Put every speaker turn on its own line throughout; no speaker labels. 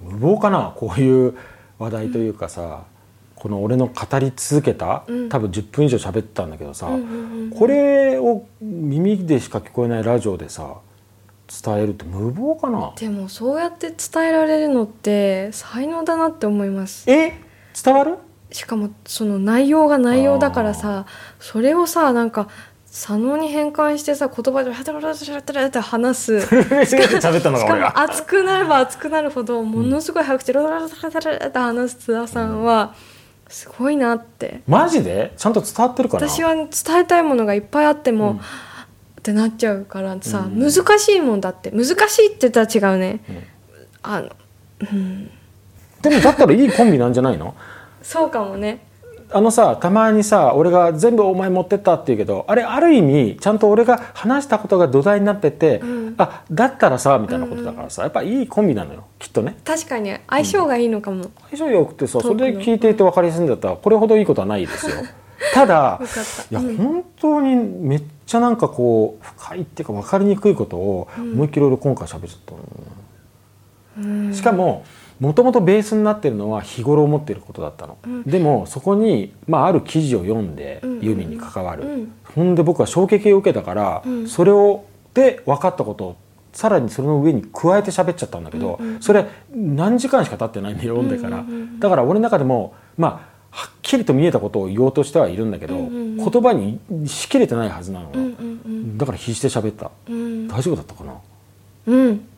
無謀かなこういう話題というかさ、この俺の語り続けた、
うん
多分10分以上喋ってたんだけどさ、
うんうんうん
これを耳でしか聞こえないラジオでさ伝えるって無謀かな
でもそうやって伝えられるのって才能だなって思います
え伝わる
しかもその内容が内容だからさそれをさなんか左脳に変換してさ言葉でハタラタラタラタラって話すし
喋ったのが
か
俺
も
が
熱くなれば熱くなるほどものすごい早口でラララララララって話す津田さんはすごいなって
マジでちゃんと伝わってるかな
私は伝えたいものがいっぱいあっても、
うん
ってなっちゃうからさ、
うん
難しいもんだって難しいって言ったら違うね、
ん
あの
でもだったらいいコンビなんじゃないの
そうかもね
あのさたまにさ俺が全部お前持ってったって言うけどあれある意味ちゃんと俺が話したことが土台になってて、
うん
あだったらさみたいなことだからさやっぱいいコンビなのよきっとね
確かに相性がいいのかも、よ
相性よくてさ
トー
そ
クの
れで聞いていて分かりやすいんだったらこれほどいいことはないですよ ただ
かった
いや本当にめっちゃなんかこう深いっていうか分かりにくいことを思いっきり俺今回喋っちゃったのよね、
うん
しかももともとベースになってるのは日頃思ってることだったの、
うん
でもそこに、まあ、ある記事を読んで
うんうんうん
ユーミンに関わる、
うん
ほんで僕は衝撃を受けたから、
うん
それをで分かったことをさらにそれの上に加えて喋っちゃったんだけど、
うんうん
それ何時間しか経ってないんで読んでから、
うんうんうん
だから俺の中でもまあはっきりと見えたことを言おうとしてはいるんだけど、
うんうんうん
言葉にしきれてないはずなの、
うんうん
だから必死で喋った
うん
大丈夫だったかな
うん、うん、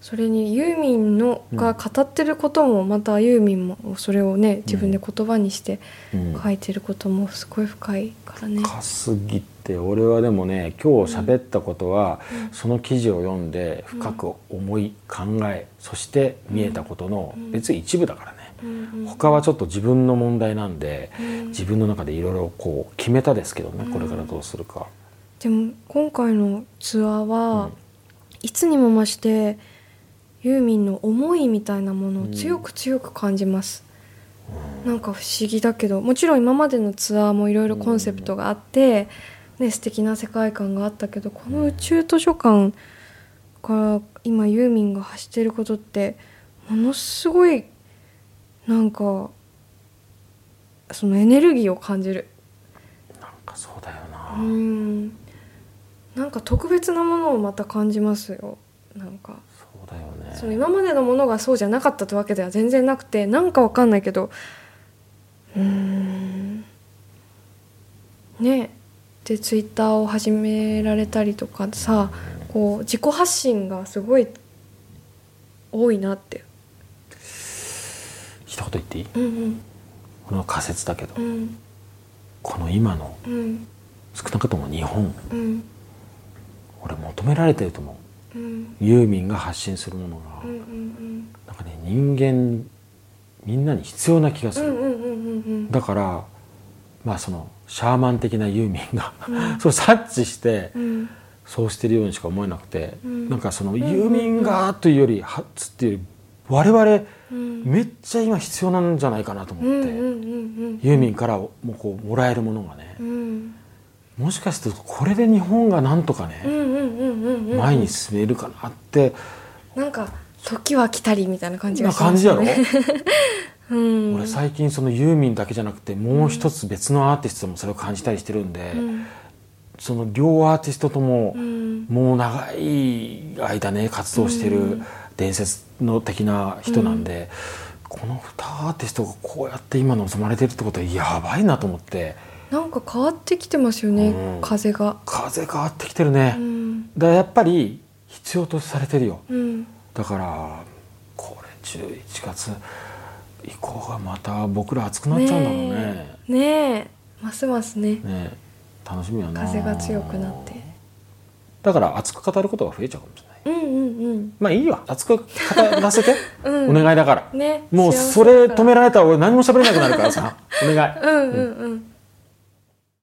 それにユーミンのが語ってることもまたユーミンもそれをね自分で言葉にして
うん
書いてることもすごい深いからね、
深すぎて俺はでもね今日喋ったことは、その記事を読んで深く思い考え、そして見えたことの
うん
別に一部だからね、
うんうん
他はちょっと自分の問題なんで、
うん
自分の中でいろいろこう決めたですけどね、これからどうするか。
でも今回のツアーは、
うん
いつにも増してユーミンの思いみたいなものを強く強く感じます、なんか不思議だけどもちろん今までのツアーもいろいろコンセプトがあって、ね素敵な世界観があったけどこの宇宙図書館から今ユーミンが発していることってものすごいなんかそのエネルギーを感じる。
なんかそうだよ
う
な、
んなんか特別なものをまた感じますよなんか
そうだよね
その今までのものがそうじゃなかったってわけでは全然なくてなんかわかんないけどうーんねでツイッターを始められたりとかさこう自己発信がすごい多いなって
一言言っていい
うん
この仮説だけど、
うんうん
この今の
うん
少なくとも日本
うん
俺求められてると思う
うん
ユーミンが発信するものが。
うんうん
なんかね人間みんなに必要な気がす
うんう
る、
んうんうんうん
だからまあそのシャーマン的なユーミンが、
うん
それを察知して、
うん
そうしてるようにしか思えなくて、
うん
なんかその
ん
ユーミンがというよりはつっていうより我々
うん
めっちゃ今必要なんじゃないかなと思
うん
って、
うんうん
ユーミンからもうこうもらえるものがね
う、ん
もしかするとこれで日本がなんとか
うん
ね、
うんうんうんうん
前に進めるかなって
なんか時は来たりみたいな感じが
な
しま
感
す
じやろ、
うん
俺最近そのユーミンだけじゃなくてもう一つ別のアーティストもそれを感じたりしてるんで、
うん
その両アーティストとも
うん
もう長い間ね活動して
う
る
ん
伝説の的な人なんで、この2アーティストがこうやって今望まれてるってことはやばいなと思って
なんか変わってきてますよね、
うん
風が
風変わってきてるね、
うん
だからやっぱり必要とされてるよ
うん
だからこれ11月以降がまた僕ら熱くなっちゃうんだろうね
えねえますますね
ね楽しみやな
風が強くなって
だから熱く語ることが増えちゃうかもしれない
うんうん
まあいいわ熱く語らせて、
うん
お願いだから、
ね
もう
幸
そ
せだ
れ
から
止められたら俺何も喋れなくなるからさ お願い
うんうんうん